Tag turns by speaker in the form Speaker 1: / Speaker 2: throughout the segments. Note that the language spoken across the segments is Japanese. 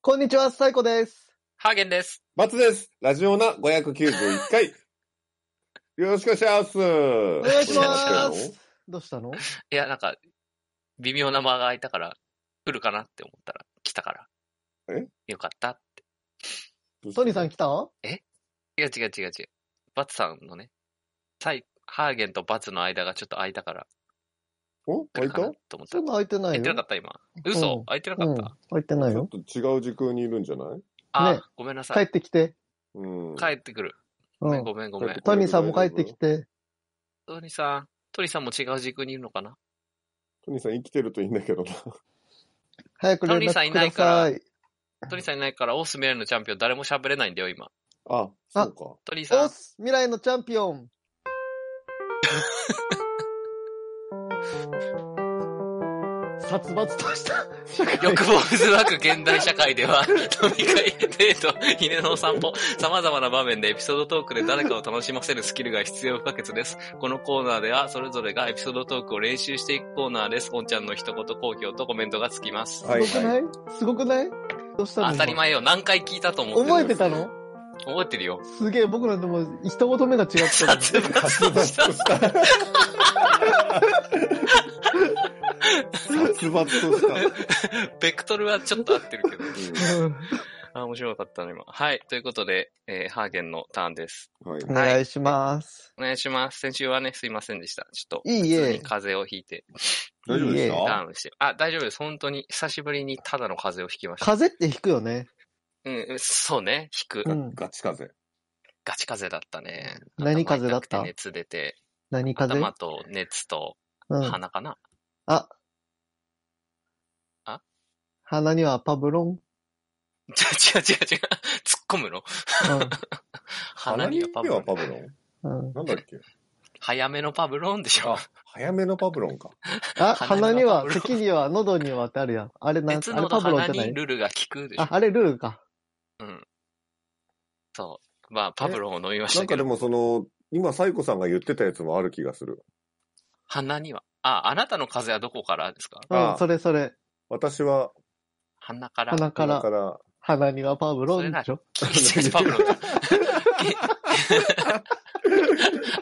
Speaker 1: こんにちは、サイコです。
Speaker 2: ハーゲンです。
Speaker 3: 松です。ラジオナ591回。よろしくお願いします。お
Speaker 1: 願いします。どうした の
Speaker 2: いや、なんか、微妙な間が空いたから、来るかなって思ったら、来たから。
Speaker 3: え
Speaker 2: よかった。
Speaker 1: トニーさん来た
Speaker 2: 違う違う違う違う。バツさんのね、サイ、ハーゲンとバツの間がちょっと空いたから、
Speaker 3: お
Speaker 2: 来
Speaker 3: 開
Speaker 2: る
Speaker 3: い
Speaker 2: かな
Speaker 3: た
Speaker 2: と思った
Speaker 1: そ
Speaker 2: ら
Speaker 1: ん。な空いてな
Speaker 2: 空
Speaker 1: い
Speaker 2: いて
Speaker 1: よ
Speaker 2: なか。った今。嘘、
Speaker 1: うん
Speaker 2: 空いてなか
Speaker 1: う
Speaker 2: っ
Speaker 1: ん
Speaker 2: た。、
Speaker 1: 空いてない
Speaker 3: ちょっ
Speaker 1: よ。
Speaker 3: と違う時空にいるんじゃない
Speaker 2: あ、
Speaker 1: ね
Speaker 2: ごめんなさ
Speaker 1: 帰
Speaker 2: い
Speaker 1: っ。てきて。
Speaker 3: うん。
Speaker 2: 帰ってくる。ご
Speaker 1: う
Speaker 2: めん
Speaker 1: ん。
Speaker 2: ごめんごめん。
Speaker 3: 帰って
Speaker 1: トニーさんも帰ってきて。
Speaker 2: トニーさん、トニーさんも違う軸にいるのかな
Speaker 3: トニーさん生きてるといいんだけどな。
Speaker 1: 早く連
Speaker 2: トニーさん
Speaker 1: 絡
Speaker 2: い
Speaker 1: く
Speaker 2: な
Speaker 1: だ
Speaker 2: いから
Speaker 1: さい。
Speaker 2: トニーさんいないから、オース未来のチャンピオン誰も喋れないんだよ、今。
Speaker 3: あ、
Speaker 1: あ
Speaker 3: そう
Speaker 2: トニーさ
Speaker 1: オ
Speaker 2: ん、
Speaker 1: ス未来のチャンピ オン。殺伐とした社会
Speaker 2: 欲望渦巻く現代社会では、飲み会、デート、犬のお散歩、様々な場面でエピソードトークで誰かを楽しませるスキルが必要不可欠です。このコーナーでは、それぞれがエピソードトークを練習していくコーナーです。おんちゃんの一言好評とコメントがつきます。
Speaker 3: か。はい
Speaker 1: すごく
Speaker 3: は。
Speaker 1: ないいすごくないどうしたの
Speaker 2: 当たり。前よ。何回聞いたと思って
Speaker 1: 今
Speaker 2: る
Speaker 1: 覚えてたの
Speaker 2: 覚えてるよ。
Speaker 1: すげえ、僕なんてもう一言目が違ったの。
Speaker 2: 殺伐とした。
Speaker 3: 殺伐とした。うん
Speaker 2: ベクトルはちょっと合ってる けど。あ、面白かったね、今。はい。ということで、えーハーゲンのターンです。
Speaker 3: はい。
Speaker 1: お願いします。
Speaker 2: お願いします。先週はね、すいませんでした。ちょっと、
Speaker 1: いい
Speaker 2: 普通に
Speaker 1: え。
Speaker 2: 風邪をひいて、
Speaker 3: 大丈夫です
Speaker 1: いい
Speaker 2: ダ
Speaker 3: か
Speaker 2: ウンして。あ、大丈夫です。本当に、久しぶりにただの風邪をひきました。
Speaker 1: 風邪って引くよね。
Speaker 2: うん、そうね。ひく
Speaker 1: う。ん。
Speaker 3: ガチ風。
Speaker 2: ガチ風邪だったね。
Speaker 1: 何風邪だった
Speaker 2: 頭痛くて熱出て、
Speaker 1: 何風
Speaker 2: 頭
Speaker 1: 邪
Speaker 2: と熱と
Speaker 1: うん。
Speaker 2: 鼻かな。
Speaker 1: あ。
Speaker 2: あ
Speaker 1: 鼻にはパブロン。うん。
Speaker 2: 違う違う違う違う。突っ込むの鼻にはパブロン。
Speaker 3: 鼻にはパブロン
Speaker 1: うん、
Speaker 3: なんだっけ
Speaker 2: 早めのパブロンでしょ
Speaker 3: あ。、早めのパブロンか。
Speaker 1: あ、
Speaker 2: 鼻
Speaker 1: 鼻
Speaker 2: に
Speaker 1: に
Speaker 2: は
Speaker 1: は、咳には、喉にはってあるやん。あれなん、
Speaker 2: 熱
Speaker 1: あれ
Speaker 2: の
Speaker 1: パブロン
Speaker 2: 鼻
Speaker 1: じゃな
Speaker 2: に
Speaker 1: い
Speaker 2: ルルが効くでしょ
Speaker 1: あ、。あれルールか。
Speaker 2: うん。そう。まあ、パブロンを飲みまし
Speaker 3: な
Speaker 2: た
Speaker 3: ん
Speaker 2: け
Speaker 3: かで
Speaker 2: ど、
Speaker 3: もその、今、サイコさんが言ってたやつもある気がする。
Speaker 2: 鼻には。あ、あなたの風邪はどこからですか
Speaker 1: う
Speaker 3: あ
Speaker 1: ん、それそれ。
Speaker 3: 私は、
Speaker 2: 鼻から。
Speaker 1: 鼻か
Speaker 3: だ
Speaker 1: ら
Speaker 3: か、ら、
Speaker 1: 鼻にはパブロンでしょ。
Speaker 2: 違うパブロンだ。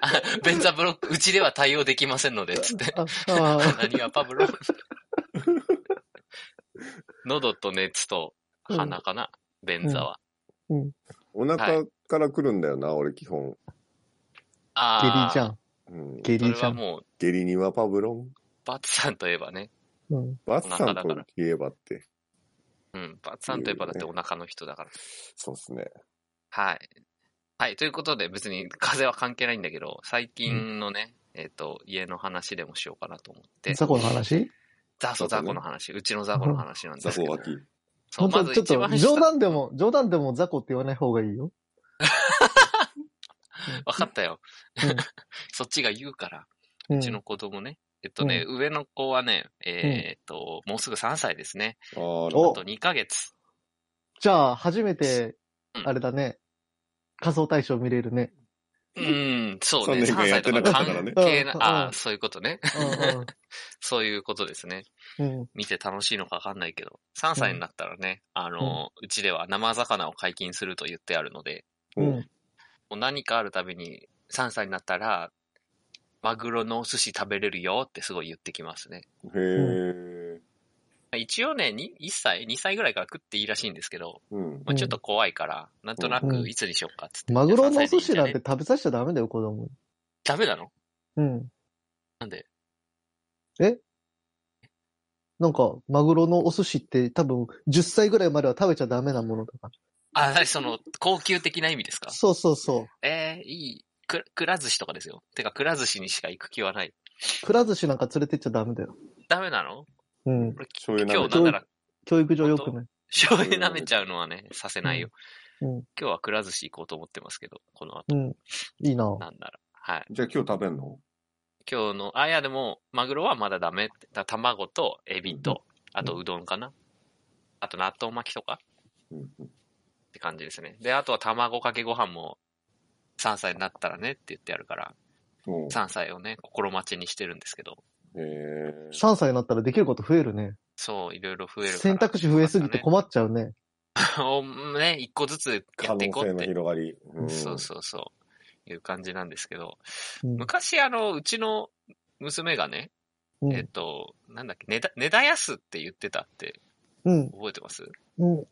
Speaker 2: あ 便座ブロック、うちでは対応できませんので、つって。
Speaker 1: あ、あー
Speaker 2: 鼻にはパブロン。喉と熱と鼻かな、便座は。
Speaker 3: お腹から来るんだよな、俺基本。
Speaker 2: あ
Speaker 1: 下痢じゃ
Speaker 2: ん。
Speaker 1: ん。
Speaker 3: うん、
Speaker 1: 下痢
Speaker 2: それ
Speaker 1: じゃ
Speaker 2: は
Speaker 1: ん。
Speaker 2: もう、
Speaker 3: 下痢にはパブロン。
Speaker 2: バツさんといえばね。
Speaker 1: うん。
Speaker 3: バツさん
Speaker 2: お腹だ
Speaker 3: と
Speaker 2: から
Speaker 3: 言えばって。
Speaker 2: うん、バツさんといえばだってお腹の人だから。
Speaker 3: そうですね。
Speaker 2: はい。はい。ということで、別に風邪は関係ないんだけど、最近のね、えっ、と、家の話でもしようかなと思って。
Speaker 1: そこの話
Speaker 2: ザコ、ザ
Speaker 3: ザコね
Speaker 2: コの話。うちのザコの話なんで
Speaker 3: ザ
Speaker 2: すけ
Speaker 3: コ
Speaker 2: ど。
Speaker 3: 脇。
Speaker 2: そう
Speaker 1: 本当
Speaker 2: ま
Speaker 1: に
Speaker 2: ず
Speaker 1: ちょっ
Speaker 2: 一
Speaker 1: と、
Speaker 2: 番
Speaker 1: 冗
Speaker 2: 下。
Speaker 1: 談でも、冗談でも雑魚って言わない方がいいよ。
Speaker 2: わかったよ。
Speaker 1: うん
Speaker 2: そっちが言うから。
Speaker 1: うん
Speaker 2: うちの子供ね。えっとね、上の子はね、えーっと、もうすぐ3歳ですね。
Speaker 3: あ
Speaker 1: お
Speaker 3: ー
Speaker 2: あと2ヶ月。
Speaker 1: じゃあ、初めて
Speaker 2: う、ん
Speaker 1: あれだね。仮想対象見れるね。
Speaker 2: うん、そうね。
Speaker 3: 3年間
Speaker 2: 3
Speaker 3: や
Speaker 2: 歳
Speaker 3: って
Speaker 2: と
Speaker 3: な
Speaker 2: か
Speaker 3: かったか
Speaker 2: 関
Speaker 3: らね
Speaker 2: 係な
Speaker 1: う
Speaker 2: い
Speaker 1: ん。
Speaker 2: あ
Speaker 1: う
Speaker 2: あ、
Speaker 1: ん
Speaker 2: そういうことね。 そういうことですね。
Speaker 1: うん うん。うん。
Speaker 2: 見て楽しいのかわかんないけど、3歳になったらね、あの、うちでは生魚を解禁すると言ってあるので、
Speaker 3: う
Speaker 1: うん
Speaker 3: ん。
Speaker 2: もう何かあるたびに3歳になったら、マグロのお寿司食べれるよってすごい言ってきますね。
Speaker 3: へえ。
Speaker 2: 一応ね、に1歳、2歳ぐらいから食っていいらしいんですけど、
Speaker 3: うん。
Speaker 2: まあ、ちょっと怖いから、なんとな
Speaker 1: う
Speaker 2: く
Speaker 1: ん
Speaker 2: いつにしようかっつって。
Speaker 1: マグロのお寿司なん
Speaker 2: 3歳でいい
Speaker 1: て
Speaker 2: んじゃ
Speaker 1: 食
Speaker 2: ね
Speaker 1: べさせちゃダメだよ、子供に。
Speaker 2: ダメなの
Speaker 1: うん。
Speaker 2: なんで
Speaker 1: なんか、マグロのお寿司って多分、10歳ぐらいまでは食べちゃダメなものだか。
Speaker 2: あ、何その、高級的な意味ですから
Speaker 1: そうそうそう。
Speaker 2: えー、いい。く、くら寿司とかですよ。てか、くら寿司にしか行く気はない。
Speaker 1: くら寿司なんか連れてっちゃダメだよ。
Speaker 2: ダメなの
Speaker 1: うん。
Speaker 2: 俺
Speaker 3: 醤油
Speaker 2: 今
Speaker 3: 舐め
Speaker 2: 日
Speaker 3: ち
Speaker 2: な
Speaker 3: ゃうん
Speaker 2: なら
Speaker 1: 教育上良くない。
Speaker 2: 醤油舐めちゃうのはね、させないよ。
Speaker 1: うんうん
Speaker 2: 今日はくら寿司行こうと思ってますけど、この後、
Speaker 1: うん。いいな。
Speaker 2: なんなら。はい。
Speaker 3: じゃあ今日食べんの
Speaker 2: 今日の、あ、いやでも、マグロはまだダメって。だから卵とエビと、あとうどんかな。あと納豆巻きとか
Speaker 3: うんうん
Speaker 2: って感じですね。で、あとは卵かけご飯も、3歳になったらねって言ってあるから、
Speaker 3: うん。
Speaker 2: 3歳をね、心待ちにしてるんですけど、
Speaker 3: へえ。
Speaker 1: 3歳になったらできること増えるね。
Speaker 2: そう、いろいろ増えるから。
Speaker 1: 選択肢増えすぎて
Speaker 2: ね
Speaker 1: 困っちゃうね。
Speaker 2: をね、一個ずつや
Speaker 3: 可
Speaker 2: っ
Speaker 3: 能
Speaker 2: ていこう
Speaker 3: 性
Speaker 2: っ
Speaker 3: の
Speaker 2: て。
Speaker 3: 広がり。うん
Speaker 2: そうそうそう。いう感じなんですけど。
Speaker 1: うん
Speaker 2: 昔、あの、うちの娘がね、
Speaker 1: う
Speaker 2: えっ
Speaker 1: ん。
Speaker 2: と、なんだっけ、ねだ、ねだやすって言ってたって
Speaker 1: うん。
Speaker 2: 覚えてます言
Speaker 1: うん。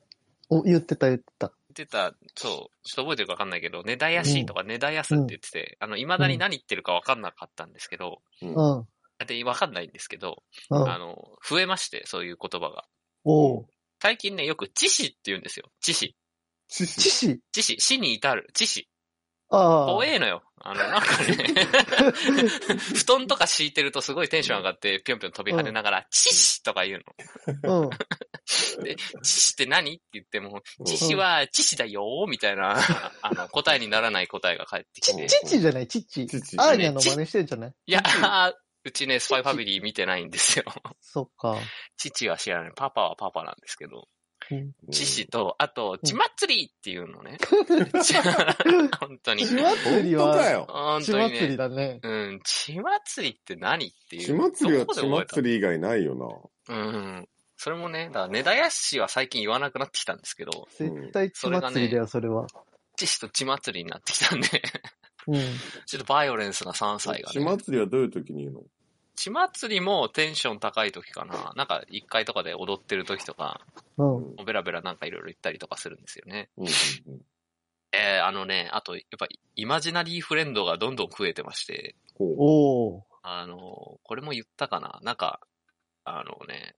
Speaker 1: お、言ってた言ってた。
Speaker 2: ってた、そう、ちょっと覚えてるかわかんないけど、ねだやしとかねだやすって言ってて、あの、未だに何言ってるかわかんなかったんですけど、
Speaker 1: うん。
Speaker 2: で、わかんないんですけど、
Speaker 1: うん。
Speaker 2: あの、増えまして、そういう言葉が。
Speaker 1: おう。
Speaker 2: 最近ね、よく、知死って言うんですよ。知死。
Speaker 3: 知
Speaker 1: 知
Speaker 3: 識
Speaker 1: 識
Speaker 2: 知死。死に至る。知死。
Speaker 1: あ
Speaker 2: 怖
Speaker 1: あ。
Speaker 2: えのよ。あの、なんかね、 布団とか敷いてるとすごいテンション上がって、ぴょんぴょん飛び跳ねながら、知死とか言う
Speaker 1: うん。
Speaker 2: の。で、知死って何って言っても、
Speaker 3: うん
Speaker 2: 知死は知死だよーみたいな、あの、答えにならない答えが返ってきて。
Speaker 1: 父じゃない、父。
Speaker 3: 父
Speaker 1: アーニャの真似してんじゃない
Speaker 2: いやー、うちね、スパイファミリー見てないんです よ。
Speaker 1: そっか。
Speaker 2: 父は知らない。パパはパパなんですけど。
Speaker 1: うん
Speaker 2: 知死と、あと、ちまつりっていうのね。 本当に。
Speaker 1: 血祭り
Speaker 3: 本当だ
Speaker 1: は、
Speaker 3: よ。
Speaker 2: 本
Speaker 1: 血
Speaker 2: 当に
Speaker 1: 祭り
Speaker 2: ね。
Speaker 1: だね。
Speaker 2: うん、血祭りって何っていう。
Speaker 3: 血祭りは血
Speaker 2: り。
Speaker 3: 祭り以外ないよ
Speaker 2: うん。それもね、だから、根絶やしは最近言わなくなってきたんですけど、
Speaker 1: 絶対血祭りだよ、それは。
Speaker 2: 知死と血祭りになってきたん で、
Speaker 1: うん。
Speaker 2: ちょっとバイオレンスな3
Speaker 3: な。
Speaker 2: 歳が
Speaker 3: 血
Speaker 2: ね。
Speaker 3: 祭りはどういう時に言うの
Speaker 2: 血祭りもテンション高い時かな。なんか、1階とかで踊ってる時とか、
Speaker 1: うん。
Speaker 2: ベラベラなんかいろいろ言ったりとかするんですよね。
Speaker 3: うんうんうん
Speaker 2: えー、あのね、あと、やっぱ、イマジナリーフレンドがどんどん増えてまして、
Speaker 3: こ
Speaker 1: おお。
Speaker 2: あの、これも言ったかななんか、あのね、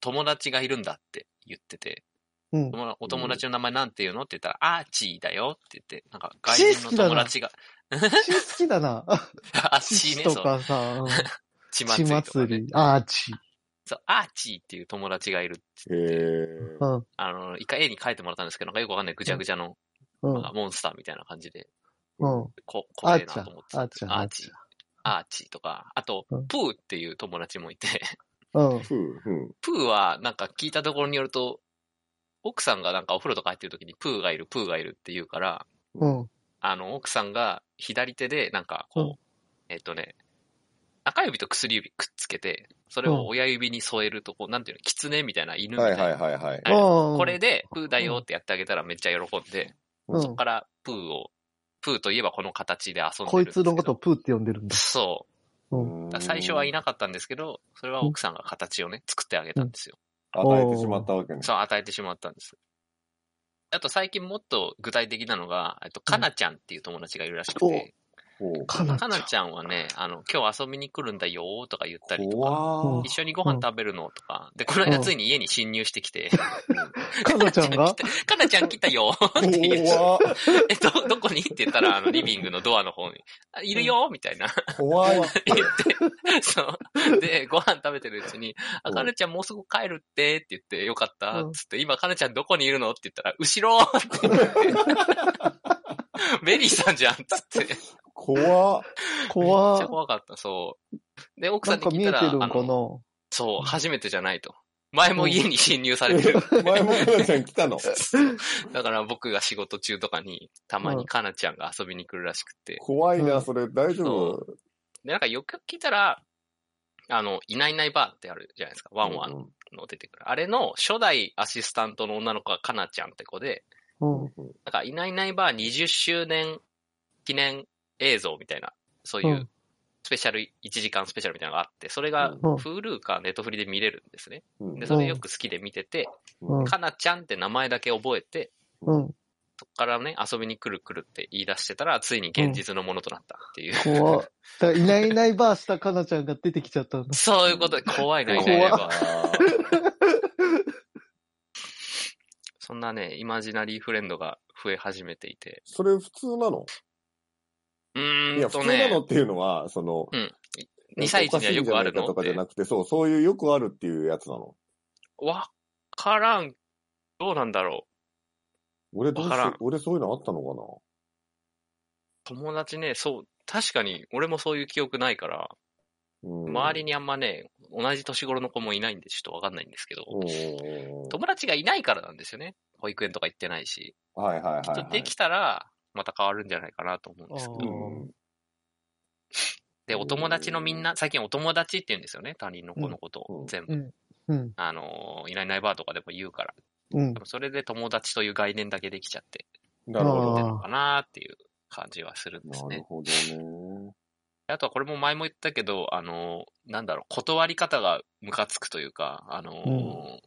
Speaker 2: 友達がいるんだって言ってて、
Speaker 1: うん。
Speaker 2: 友達お友達の名前なんて言うのって言ったら、アーチーだよって言って、なんか外
Speaker 1: チー好
Speaker 2: 人
Speaker 1: き
Speaker 2: の
Speaker 1: だな
Speaker 2: 友達が、
Speaker 1: 血好きだな。
Speaker 2: アーチ
Speaker 1: 血
Speaker 2: ーね、
Speaker 1: と
Speaker 2: そう、
Speaker 1: かさ、うん
Speaker 2: 血 祭
Speaker 1: 血
Speaker 2: りとか、
Speaker 1: 祭
Speaker 2: ね
Speaker 1: り、。アーチ。
Speaker 2: そう、アーチーっていう友達がいるって
Speaker 3: う。へ
Speaker 2: 言って、
Speaker 3: え。
Speaker 1: うん。
Speaker 2: あの、一回絵に描いてもらったんですけど、なんかよくわかんないぐちゃぐちゃの、
Speaker 1: うん
Speaker 2: なん。かモンスターみたいな感じで、
Speaker 1: うん。
Speaker 2: こ、
Speaker 1: ア
Speaker 2: 怖え
Speaker 1: ー
Speaker 2: な
Speaker 1: チャ
Speaker 2: と
Speaker 1: ー
Speaker 2: 思って。た
Speaker 1: アーチャー。
Speaker 2: アーチー。アーチーとか、あと、
Speaker 1: うん
Speaker 2: プーっていう友達もいて、
Speaker 1: うん。
Speaker 3: ふう、ふう。
Speaker 2: プーは、なんか聞いたところによると、奥さんがなんかお風呂とか入ってる時にプーがいる、プーがいるって言うから、
Speaker 1: うん。
Speaker 2: あの、奥さんが左手で、なんかこう、
Speaker 1: うん
Speaker 2: えっとね、中指と薬指くっつけて、それを親指に添えると、こう、なんていうの、狐みたいな犬みた
Speaker 3: はいい
Speaker 2: な。
Speaker 3: はいはいはい。
Speaker 2: はい
Speaker 1: うん。
Speaker 2: これで、プーだよってやってあげたらめっちゃ喜んで、
Speaker 1: うん、
Speaker 2: そこからプーを、プーといえばこの形で遊んでるんですけど。
Speaker 1: こいつのことをプーって呼んでるんだ。
Speaker 2: そうう。だから最初はい
Speaker 3: な。
Speaker 2: なかったんですけど、それは奥さんが形をね、作ってあげたんですよ。
Speaker 3: 与えてしまったわけね。
Speaker 2: そう、与えてしまったんです。あと最近もっと具体的なのが、えっと、かなちゃんっていう友達がいるらしくて、
Speaker 3: ほう
Speaker 1: か な
Speaker 2: かなちゃんはね、あの、今日遊びに来るんだよーとか言ったりとか、
Speaker 3: 怖
Speaker 1: うん
Speaker 2: 一緒にご飯食べるのとか、で、この間ついに家に侵入してきて、
Speaker 1: かなちゃんが
Speaker 2: かなちゃん来たよーって言う。
Speaker 3: 怖
Speaker 2: え、ど、どこにって言ったら、あの、リビングのドアの方に、あいるよーみたいな。
Speaker 3: 怖い。
Speaker 2: 言って、 そう。で、ご飯食べてるうちに、あ、
Speaker 3: うん
Speaker 2: かねちゃんもうすぐ帰るって、って言って、よかった
Speaker 1: う、ん
Speaker 2: つって、今、かねちゃんどこにいるのって言ったら、後ろっ て言って、メリーさんじゃんつって。めっ
Speaker 3: 怖
Speaker 1: 怖
Speaker 2: ちゃ
Speaker 1: ー
Speaker 2: 怖かった、そう。で、奥
Speaker 1: なん
Speaker 2: さん
Speaker 1: か
Speaker 2: に聞
Speaker 1: 見
Speaker 2: い
Speaker 1: え
Speaker 2: た
Speaker 1: て
Speaker 2: ら、
Speaker 1: るんか
Speaker 2: あ
Speaker 1: な
Speaker 2: のそう、初めてじゃないと。前も家に侵入されてる。
Speaker 3: 前もかなちゃん来たの。
Speaker 2: だから僕が仕事中とかに、たまにかなちゃんが遊びに来るらしくて。
Speaker 3: 怖いな、それ。大丈夫
Speaker 2: で、なんかよくよく聞いたら、あの、いないいないバーってあるじゃないですか。ワンワン
Speaker 3: ン。
Speaker 2: の出てくる。あれの初代アシスタントの女の子がかなちゃんって子で、
Speaker 1: うん。
Speaker 2: なんかいないいないばあ20周年記念映像みたいな、そうい
Speaker 1: うん
Speaker 2: うスペシャル、1時間スペシャルみたいなのがあって、それが
Speaker 3: うん
Speaker 2: Hulu かネットフリで見れるんですね。で、それよく好きで見てて、
Speaker 1: うん
Speaker 2: かなちゃんって名前だけ覚えて、
Speaker 1: うん。
Speaker 2: そこからね、遊びに来る来るって言い出してたら、ついに現実のものとなったっていう。
Speaker 1: 怖っだからいないいないばあしたかなちゃんが出てきちゃったんだ。
Speaker 2: そういうことで怖いな、い
Speaker 3: 怖
Speaker 2: ないいないばあ。
Speaker 3: い。
Speaker 2: そんなね、イマジナリーフレンドが増え始めていて。
Speaker 3: それ普通なの
Speaker 2: う
Speaker 3: い
Speaker 2: ー
Speaker 3: や、
Speaker 2: ん
Speaker 3: 普
Speaker 2: と
Speaker 3: 通なの
Speaker 2: ね、
Speaker 3: っていうのは、その、
Speaker 2: 2歳児にはよくあるの
Speaker 3: お
Speaker 2: っ
Speaker 3: かしいんじゃないかとかじゃ
Speaker 2: て
Speaker 3: なくて、そう、そういうよくあるっていうやつなの。
Speaker 2: わからん。どうなんだろう。
Speaker 3: 俺どうし
Speaker 2: わからん
Speaker 3: 俺そういうのあったのかな
Speaker 2: 友達ね、そう、確かに俺もそういう記憶ないから、
Speaker 3: うん
Speaker 2: 周りにあんまね、同じ年頃の子もいないんでちょっとわかんないんですけど、
Speaker 3: うん
Speaker 2: 友達がいないからなんですよね。保育園とか行ってないし。
Speaker 3: はいはいはい
Speaker 2: ちょ
Speaker 3: は
Speaker 2: っ
Speaker 3: い。
Speaker 2: とできたら、また変わるんじゃないかなと思うんですけ
Speaker 1: あー
Speaker 2: ど。で、お友達のみんな、最近お友達って言うんですよね。他人の子のこと
Speaker 3: うんう
Speaker 2: を
Speaker 3: ん
Speaker 2: 全部。
Speaker 1: うん。うん。
Speaker 2: あのー、いないいないばーとかでも言うから。
Speaker 1: うん
Speaker 2: 多。分それで友達という概念だけできちゃって、
Speaker 3: なるほ
Speaker 1: あー。
Speaker 2: っ
Speaker 3: ど
Speaker 2: てるのかなっていう感じはするんです
Speaker 3: なる
Speaker 2: ね。
Speaker 3: ほどね。
Speaker 2: あとはこれも前も言ったけど、あの、なんだろう、断り方がムカつくというか、あの、
Speaker 1: うん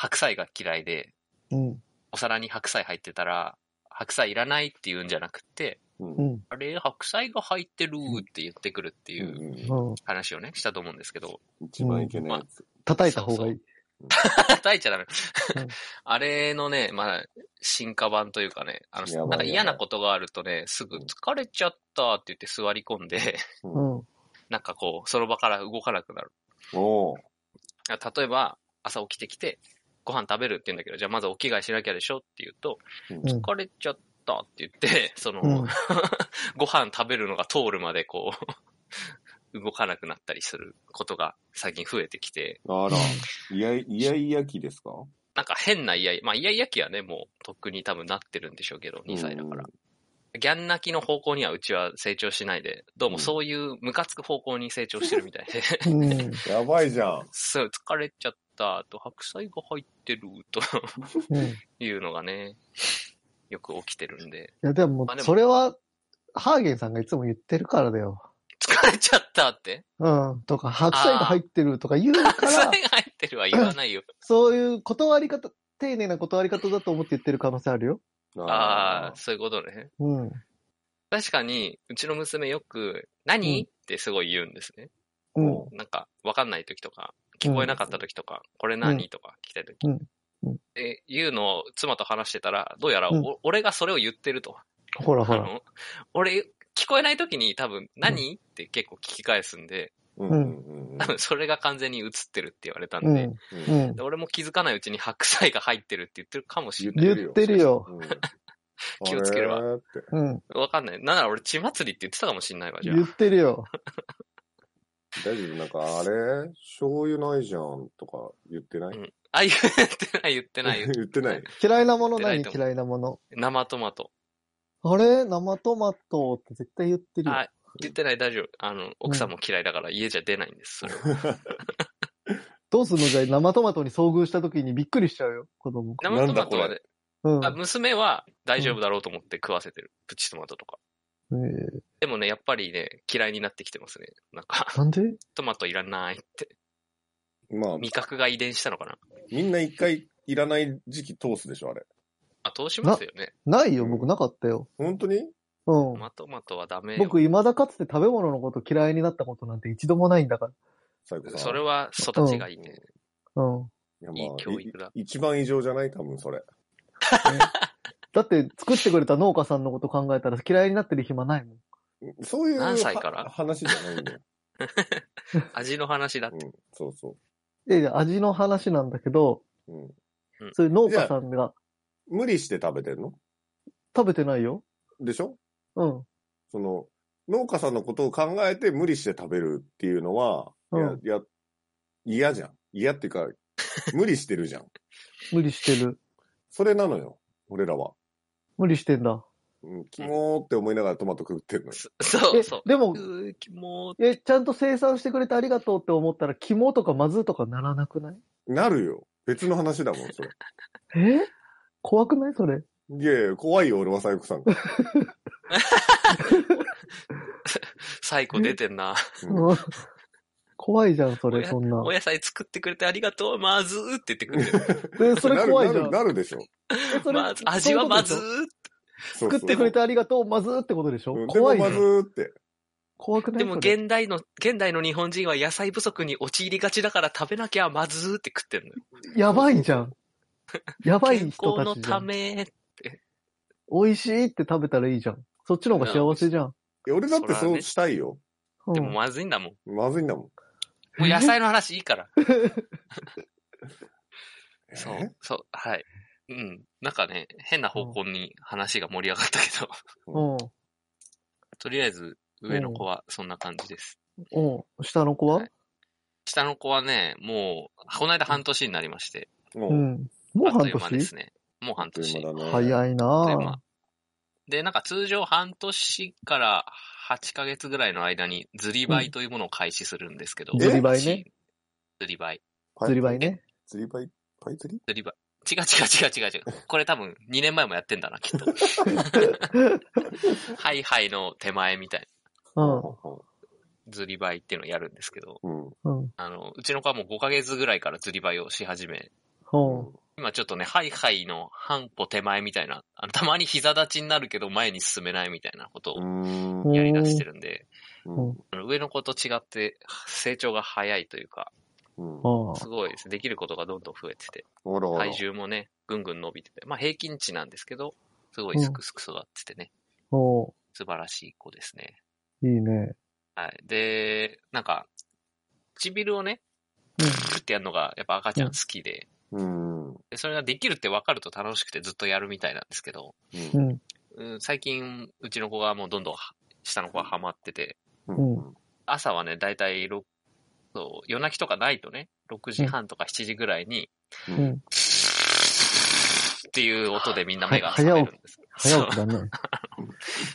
Speaker 2: 白菜が嫌いで、
Speaker 1: うん。
Speaker 2: お皿に白菜入ってたら、白菜いらないって言うんじゃなくて、
Speaker 3: うん
Speaker 1: う
Speaker 3: うん
Speaker 1: ん。
Speaker 2: あれ、白菜が入ってるって言ってくるっていう
Speaker 1: うん。
Speaker 2: 話をね、したと思うんですけど、
Speaker 3: 一番いけないやつ。
Speaker 1: 叩いた方がいい。
Speaker 2: 叩いちゃダメ
Speaker 1: うん。
Speaker 2: あれのね、まあ、進化版というかね、あ
Speaker 3: や
Speaker 2: の、な
Speaker 3: ばい
Speaker 2: んか嫌なことがあるとね、すぐ疲れちゃったって言って座り込んで、
Speaker 1: う
Speaker 3: うん
Speaker 1: ん。
Speaker 2: なんかこう、その場から動かなくなる。
Speaker 3: おう
Speaker 2: 例えば、朝起きてきて、ご飯食べるって言うんだけど、じゃあまずお着替えしなきゃでしょって言うと、
Speaker 1: うん。
Speaker 2: 疲れちゃったって言って、 その、
Speaker 1: うん
Speaker 2: ご飯食べるのが通るまでこう、 動かなくなったりすることが最近増えてきて、
Speaker 3: あら、いやいいやいや期ですか
Speaker 2: なんか変なイヤイヤ、まあイヤイヤ期はね、もうとっくに多分なってるんでしょうけど、2歳だから。ギャン泣きの方向にはうちは成長しないで、どうもそういうムカつく方向に成長してるみたいで、
Speaker 1: うん。
Speaker 3: やばいじゃん。
Speaker 2: そう、疲れちゃったと、白菜が入ってると
Speaker 1: うん。い
Speaker 2: いうのがね、 よく起きてるんで、
Speaker 1: や、でも
Speaker 2: まあ、でも
Speaker 1: それは、ハーゲンさんがいつも言ってるからだよ。
Speaker 2: 疲れちゃったって
Speaker 1: うん。とか、白菜が入ってるとか言うか
Speaker 2: 白
Speaker 1: ら、
Speaker 2: 菜が入ってるは言わないよ。
Speaker 1: そういう断り方、丁寧な断り方だと思って言ってる可能性あるよ。
Speaker 2: ああ、そういうことね。
Speaker 1: うん。
Speaker 2: 確かに、うちの娘よく、
Speaker 1: う
Speaker 2: 何、
Speaker 1: ん
Speaker 2: ってすごい言うんですね。
Speaker 1: うん。
Speaker 2: なんか、わかんない時とか、聞こえなかった時とか、これ何、とか聞きたい時。
Speaker 1: うんうん
Speaker 2: で、言うのを妻と話してたら、どうやらお、
Speaker 1: うん
Speaker 2: 俺がそれを言ってると。
Speaker 1: ほらほ
Speaker 2: あ
Speaker 1: ら。
Speaker 2: の、俺、聞こえない時に多分、何、って結構聞き返すんで、
Speaker 3: うんうんうんうん
Speaker 2: 多分それが完全に映ってるって言われたん
Speaker 1: う
Speaker 2: で、
Speaker 1: ん。
Speaker 3: う
Speaker 1: うんん
Speaker 2: で。俺も気づかないうちに白菜が入ってるって言ってるかもしれない。
Speaker 1: 言ってるよ。
Speaker 3: うん
Speaker 2: 気をつけるわ
Speaker 3: あれーって
Speaker 1: うん。
Speaker 2: わかんない。なんなら俺、血祭りって言ってたかもしれないわ、じゃあ。
Speaker 1: 言ってるよ。
Speaker 3: 大丈夫なんか、あれ醤油ないじゃんとか言ってない
Speaker 2: うんあ、言ってない、言ってない。
Speaker 3: 言ってない。
Speaker 1: 嫌いなもの
Speaker 2: 言ってな
Speaker 1: 何嫌
Speaker 2: い と思う
Speaker 1: いなもの。
Speaker 2: 生トマト。
Speaker 1: あれ生トマトって絶対言ってるよ。
Speaker 2: あ、言ってない、大丈夫。あの、奥さんも嫌いだから家じゃ出ないんです、それは。
Speaker 1: どうすんのじゃあ生トマトに遭遇した時にびっくりしちゃうよ、子供。
Speaker 2: 生トマトはね、
Speaker 1: うん。
Speaker 2: あ娘は大丈夫だろうと思って食わせてる。プチトマトとか。
Speaker 1: え
Speaker 2: でもね、やっぱりね、嫌いになってきてますね。なんか、
Speaker 1: ーなんで
Speaker 2: トマトいらないって。
Speaker 3: まあ、
Speaker 2: 味覚が遺伝したのかな
Speaker 3: みんな一回いらない時期通すでしょ、あれ。
Speaker 2: あ、通しますよね。
Speaker 1: ないよ、僕なかったよ。
Speaker 3: 本当に
Speaker 1: うん
Speaker 2: ト。マトマトはダメよ。
Speaker 1: 僕、未だかつて食べ物のこと嫌いになったことなんて一度もないんだか
Speaker 3: 最後さん。
Speaker 2: それは育ちがいいね。
Speaker 1: ら。 うん。
Speaker 3: いやまあ
Speaker 2: いい教育だ
Speaker 3: い一番異常じゃない多分それ。
Speaker 1: だって、作ってくれた農家さんのこと考えたら嫌いになってる暇ないもん。
Speaker 3: そういう
Speaker 2: 何歳から
Speaker 3: は話じゃないんだよ。
Speaker 2: 味の話だっ
Speaker 3: う
Speaker 2: て。
Speaker 3: ん、そうそ
Speaker 1: いやいや、味の話なんだけど、
Speaker 3: う。うん、
Speaker 1: そういう農家さんが
Speaker 3: 無理して食べてんの
Speaker 1: 食べてないよ。
Speaker 3: でしょ
Speaker 1: うん。
Speaker 3: その、農家さんのことを考えて無理して食べるっていうのは、
Speaker 1: うん
Speaker 3: いや、いや嫌じゃん。嫌っていうか、無理してるじゃん。
Speaker 1: 無理してる。
Speaker 3: それなのよ、俺らは。
Speaker 1: 無理してんだ。
Speaker 3: うん、キモーって思いながらトマト食ってんのよ。
Speaker 2: そ そう
Speaker 1: え
Speaker 2: そう。
Speaker 1: でも、
Speaker 2: うーキモー
Speaker 1: え、ちゃんと生産してくれてありがとうって思ったら、肝とかまずとかならなくない
Speaker 3: なるよ。別の話だもん、それ。
Speaker 1: え怖くないそれ。
Speaker 3: いやいや、怖いよ、俺はサイコさ んが。
Speaker 2: サイコ出てんな。
Speaker 3: うん
Speaker 1: うん怖いじゃん、そ
Speaker 2: お
Speaker 1: れ、
Speaker 2: や
Speaker 1: そんな
Speaker 2: お。野菜作ってくれてありがとう、まずーって言ってくるんだよ。
Speaker 1: で、それ怖いじゃ
Speaker 3: なる
Speaker 1: ん。
Speaker 3: なるなるでしょ。
Speaker 1: えそれ
Speaker 2: まず、味はまず
Speaker 1: そういうこ
Speaker 2: ー
Speaker 3: そ
Speaker 1: とでし
Speaker 3: う
Speaker 1: ょ作ってくれ
Speaker 3: た。
Speaker 1: てありがとう、まずーってことでしょ
Speaker 3: うんでも
Speaker 1: 怖いじゃ
Speaker 3: まず
Speaker 1: ん。
Speaker 3: ーって。
Speaker 1: 怖くない
Speaker 2: でも
Speaker 1: それ
Speaker 2: 現代の、現代の日本人は野菜不足に陥りがちだから食べなきゃまずーって食ってんのよ。
Speaker 1: やばいじ ゃん。やばい
Speaker 2: 健
Speaker 1: 人
Speaker 2: 康
Speaker 1: た
Speaker 2: の
Speaker 1: ちじゃ
Speaker 2: た
Speaker 1: ん。
Speaker 2: め、
Speaker 1: 美味しいって食べたらいいじゃん。そっちの方が幸せじゃん。
Speaker 3: いや俺だって
Speaker 2: そら
Speaker 3: そう
Speaker 2: ね
Speaker 3: したいよ。
Speaker 1: うん
Speaker 2: でもまずいんだもん。
Speaker 3: まずいんだもん。
Speaker 2: もう野菜の話いいから。
Speaker 3: え
Speaker 2: そ。う、そう、はい。うん。なんかね、変な方向に話が盛り上がったけど、
Speaker 1: うん。
Speaker 2: とりあえず上の子はそんな感じです。
Speaker 1: うん。下の子は
Speaker 2: はい下の子はね、もう、この間半年になりまして、
Speaker 3: も
Speaker 1: う
Speaker 3: う、
Speaker 1: ん。もう
Speaker 2: あっと
Speaker 1: 半
Speaker 2: いう間で
Speaker 1: 年
Speaker 2: すね。もう半
Speaker 3: という
Speaker 2: 年。
Speaker 3: 間だね。
Speaker 1: 早い
Speaker 2: で、
Speaker 1: な
Speaker 2: ま
Speaker 1: ぁ
Speaker 2: あ。で、なんか通常半年から8ヶ月ぐらいの間にずりばいというものを開始するんですけど。
Speaker 1: うんずりばいね
Speaker 2: ずりばい。
Speaker 3: パイ
Speaker 1: 釣りバイね。
Speaker 3: 釣りバイ、パイ釣り
Speaker 2: ずりばい。違う違う違う違う違う。これ多分2年前もやってんだな、きっと。ハイハイの手前みたいな、
Speaker 1: うん。
Speaker 2: ずりばいっていうのをやるんですけど、
Speaker 3: うん。
Speaker 1: うん。
Speaker 2: あの、うちの子はもう5ヶ月ぐらいからずりばいをし始め、
Speaker 1: ほ
Speaker 2: 今ちょっとね、ハイハイの半歩手前みたいな、あの、たまに膝立ちになるけど前に進めないみたいなこと
Speaker 3: う
Speaker 2: を
Speaker 3: ん。
Speaker 1: う。
Speaker 2: やり出してるんで、
Speaker 3: うん。
Speaker 2: あの上の子と違って 成長が早いというか、
Speaker 3: うん。
Speaker 1: あ
Speaker 2: すごいです。できることがどんどん増えてて、
Speaker 3: おらおら
Speaker 2: 体重もね、ぐんぐん伸びてて、まあ平均値なんですけど、すごいすくすく育っててね、
Speaker 1: あ。お
Speaker 2: 素晴らしい子ですね。
Speaker 1: いいね。
Speaker 2: はい。で、なんか、唇をね、プってやるのがやっぱ赤ちゃん好きで、
Speaker 3: うん。うん。
Speaker 2: でそれができるって分かると楽しくてずっとやるみたいなんですけど、
Speaker 1: うん。うん。
Speaker 2: うん、最近、うちの子がもうどんどんは、下の子がハマってて、
Speaker 3: うん。
Speaker 2: 朝はね、だいたい6、そう夜泣きとかないとね、6時半とか7時ぐらいに、
Speaker 1: うん。
Speaker 2: っていう音でみんな目が
Speaker 1: は
Speaker 2: 覚めるんです。
Speaker 1: 早起きだね。
Speaker 2: そう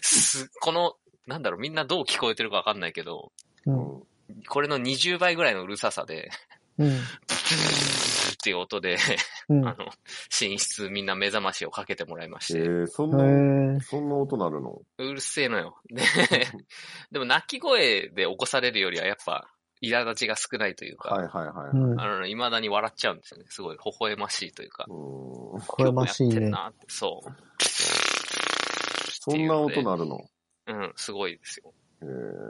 Speaker 2: すこの、なんだろう、みんなどう聞こえてるかわかんないけど、
Speaker 1: うん。
Speaker 2: これの20倍ぐらいのうるささで、
Speaker 1: うん。
Speaker 2: っていう音で、
Speaker 1: うん。
Speaker 2: あの、寝室みんな目覚ましをかけてもらいまし
Speaker 3: え
Speaker 2: て、
Speaker 3: ー、そんな、
Speaker 1: へえ。
Speaker 3: そんな音なるの
Speaker 2: うるせえのよ。で、でも泣き声で起こされるよりはやっぱ、苛立ちが少ないというか、
Speaker 3: はいはいは
Speaker 1: う
Speaker 3: い。
Speaker 1: ん。
Speaker 2: あの、未だに笑っちゃうんですよね。すごい微笑ましいというか。
Speaker 3: うん。
Speaker 1: これましい
Speaker 2: 今日もやってん
Speaker 1: ね。
Speaker 2: なって、そう。
Speaker 3: そんな音なるの
Speaker 2: うん、すごいですよ。
Speaker 3: え
Speaker 2: う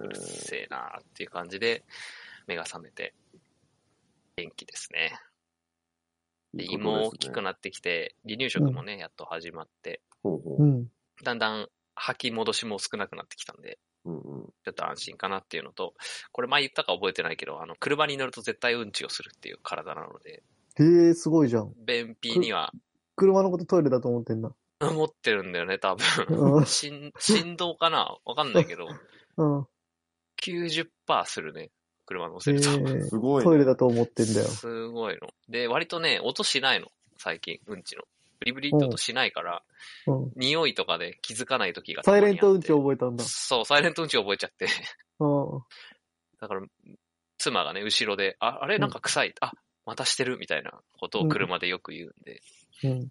Speaker 2: る
Speaker 3: ー、
Speaker 2: せえなーっていう感じで、目が覚めて、元気ですね。で、
Speaker 3: いい
Speaker 2: 胃も大
Speaker 3: ことです
Speaker 2: き
Speaker 3: ね
Speaker 2: くなってきて、離乳食もね、やっと始まって、
Speaker 3: ほうほ
Speaker 1: う。
Speaker 3: うん
Speaker 2: だんだん吐き戻しも少なくなってきたんで、
Speaker 3: うんうん。
Speaker 2: ちょっと安心かなっていうのと、これ前言ったか覚えてないけど、あの、車に乗ると絶対うんちをするっていう体なので、
Speaker 1: へえ、すごいじゃん。
Speaker 2: 便秘には
Speaker 1: 車のことトイレだと思ってんな。
Speaker 2: 持ってるんだよね、多分。
Speaker 1: うん。
Speaker 2: 振振動かなわかんないけど、
Speaker 1: うん。
Speaker 2: 90%するね、車乗
Speaker 1: へ
Speaker 2: せると。
Speaker 1: え。
Speaker 3: すごい
Speaker 1: トイ
Speaker 3: ね。
Speaker 1: レだと思ってんだよ。
Speaker 2: すごいの。で、割とね、音しないの、最近、うんちの。ブリブリって音しないから、
Speaker 1: うん。
Speaker 2: 匂いとかで気づかない時がた
Speaker 1: サ
Speaker 2: ま
Speaker 1: イ
Speaker 2: にあっ
Speaker 1: レ
Speaker 2: て。
Speaker 1: ントうんち覚えたんだ。
Speaker 2: そう、サイレントうんち覚えちゃって。
Speaker 1: うん。
Speaker 2: だから、妻がね、後ろで、あ、あれなんか臭い。あ、またしてるみたいなことを車でよく言うんで。
Speaker 1: うん。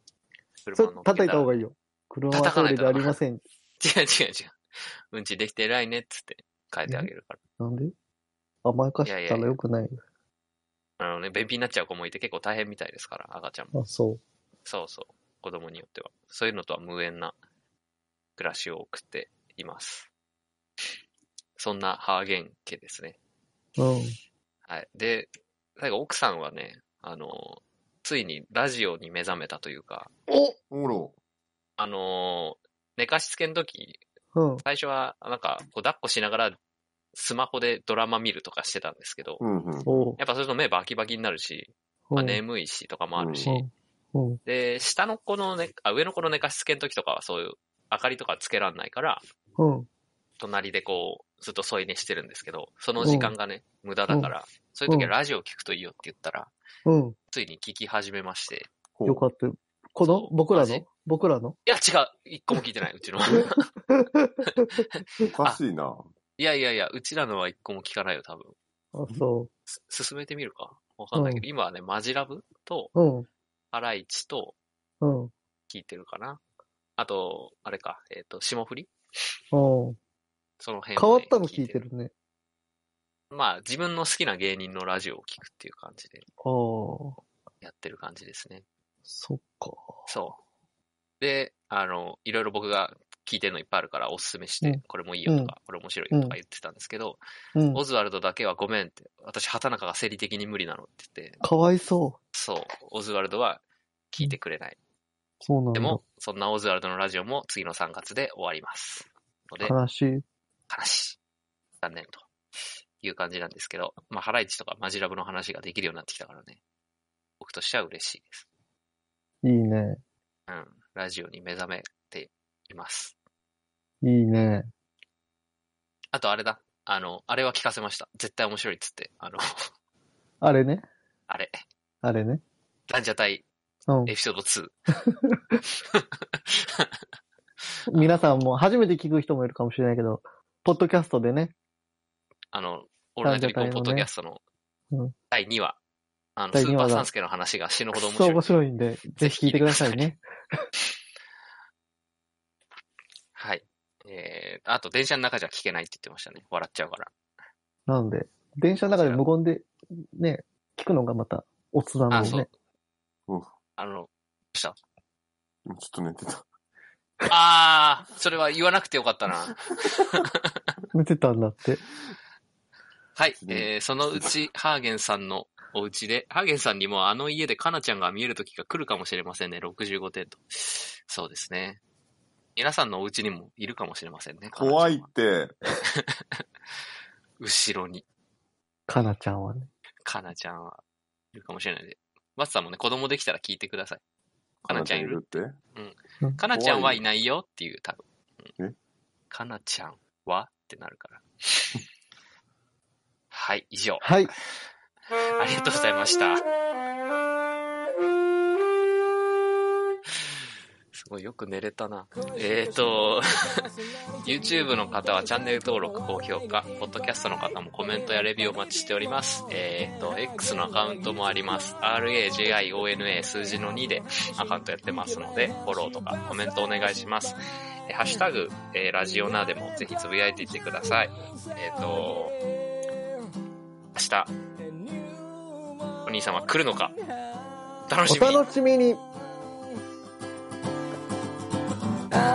Speaker 1: それ
Speaker 2: 車乗っ
Speaker 1: 叩
Speaker 2: て
Speaker 1: いた方が
Speaker 2: いい。
Speaker 1: いいよ。車はトイレじゃありません。
Speaker 2: 違う違う違う。うんちできて偉いねっつって変えてあげるか
Speaker 1: なんで甘やかしたらよくない。
Speaker 2: ら。あのね、便秘になっちゃう子もいて結構大変みたいですから、赤ちゃんも。
Speaker 1: あ、そ
Speaker 2: そうそう。子供によっては。そういうのとは無縁な暮らしを送っています。そんなハーゲン家ですね。
Speaker 1: う。うん。
Speaker 2: はい。で、最後奥さんはね、あの、ついにラジオに目覚めたというか、
Speaker 3: おろ。
Speaker 2: あの、寝かしつけの時、
Speaker 1: うん。
Speaker 2: 最初はなんか、こう抱っこしながらスマホでドラマ見るとかしてたんですけど、
Speaker 3: うんうん。
Speaker 1: おう。
Speaker 2: やっぱそれと目バキバキになるし、まあ、眠いしとかもあるし、
Speaker 1: うん。うん。
Speaker 2: で、下の子のね、あ、上の子の寝かしつけの時とかはそういう明かりとかつけらんないから、
Speaker 1: うん。
Speaker 2: 隣でこう、ずっと添い寝してるんですけど、その時間がね、無駄だから、そういう時はラジオ聞くといいよって言ったら、
Speaker 1: うん。
Speaker 2: ついに聞き始めまして、
Speaker 3: ほう
Speaker 1: よかったよ。この僕ら
Speaker 2: マジ
Speaker 1: の僕らの
Speaker 2: いや、違う一個も聞い てない、うちの。
Speaker 3: おかしいな。
Speaker 2: いやいやいや、うちらのは一個も聞かないよ、多分。
Speaker 1: あ、そ
Speaker 2: す進めてみるかわかんないけど、今はね、マジラブと、
Speaker 1: う。うん。
Speaker 2: ハライチと
Speaker 1: うん。
Speaker 2: 聞いてるかな。あと、あれか、えっ、と、霜降り
Speaker 1: うん。
Speaker 2: その辺、
Speaker 1: 変わったの聞いて。るね。
Speaker 2: まあ、自分の好きな芸人のラジオを聞くっていう感じで、
Speaker 1: ああ。
Speaker 2: やってる感じですね。
Speaker 1: そっか。
Speaker 2: そう。で、あの、いろいろ僕が聞いてるのいっぱいあるからおすすめして、
Speaker 1: うん
Speaker 2: これもいいよとか、これ面白いよとか言ってたんですけど、
Speaker 1: うん
Speaker 2: オ。ズワルドだけはごめんって、私、畑中が生理的に無理なのって言って、
Speaker 1: かわいそう。
Speaker 2: そう、オズワルドは聞いてくれない。
Speaker 1: そうなん
Speaker 2: で
Speaker 1: だ。
Speaker 2: も、そんなオズワルドのラジオも次の3月で終わります。ので、
Speaker 1: 悲しい。
Speaker 2: 悲しい。残念という感じなんですけど、まあ、ハライチとかマジラブの話ができるようになってきたからね、僕としては嬉しいです。
Speaker 1: いいね。
Speaker 2: うん、ラジオに目覚めています。
Speaker 1: いいね。
Speaker 2: あとあれだ。あの、あれは聞かせました。絶対面白いっつって。あの、
Speaker 1: あれね。
Speaker 2: あれ。
Speaker 1: あれね。
Speaker 2: ランジャタイ
Speaker 1: うん。
Speaker 2: エピソード2。
Speaker 1: 皆さんも初めて聞く人もいるかもしれないけど、ポッドキャストでね。
Speaker 2: あの、オールナイトニッポンポッドキャスト
Speaker 1: う
Speaker 2: の
Speaker 1: ん
Speaker 2: 第2話。あの、
Speaker 1: 第
Speaker 2: スー
Speaker 1: 二
Speaker 2: パ
Speaker 1: 話
Speaker 2: ー
Speaker 1: だ
Speaker 2: サンスケの話が死ぬほど面
Speaker 1: そう
Speaker 2: 白い
Speaker 1: 面。白いんで、ぜひ聞いてくださいね。
Speaker 2: はい。えー、あと電車の中じゃ聞けないって言ってましたね。笑っちゃうから。
Speaker 1: なので、電車の中で無言で、ね、聞くのがまた、おつだ
Speaker 2: あ、
Speaker 1: の
Speaker 2: そう
Speaker 1: ね。。
Speaker 3: うん
Speaker 2: あの、
Speaker 3: ちょっと寝てた。
Speaker 2: あー、それは言わなくてよかったな。
Speaker 1: 見てたんだって。
Speaker 2: はい。えー、そのうち、ハーゲンさんのお家で、 ハーゲンさんにもあの家でカナちゃんが見える時が来るかもしれませんね。65点と。そうですね。皆さんのお家にもいるかもしれませんね。カナちゃんは
Speaker 3: 怖いって。
Speaker 2: 後ろに、
Speaker 1: かなちゃんはね。
Speaker 2: カナちゃんはいるかもしれないんで。バツさんもね、子供できたら聞いてください。かなちゃんいる
Speaker 3: って
Speaker 2: かなちゃんはいないよっていう、多分。
Speaker 3: え
Speaker 2: かなちゃんはってなる から。はい、以上。
Speaker 1: はい。
Speaker 2: ありがとうございました。すごい、よく寝れたな。えっ、ー、と、YouTube の方はチャンネル登録、高評価、ポッドキャストの方もコメントやレビューお待ちしております。えっ、ー、と、X のアカウントもあります。RAJIONA 数字の2でアカウントやってますので、フォローとかコメントお願いします。えーハッシュタグ、えーラジオナーでもぜひつぶやいていってください。えっ、ー、と、明日、お兄様来るのか楽しみ
Speaker 1: お
Speaker 2: に。
Speaker 1: 楽しみに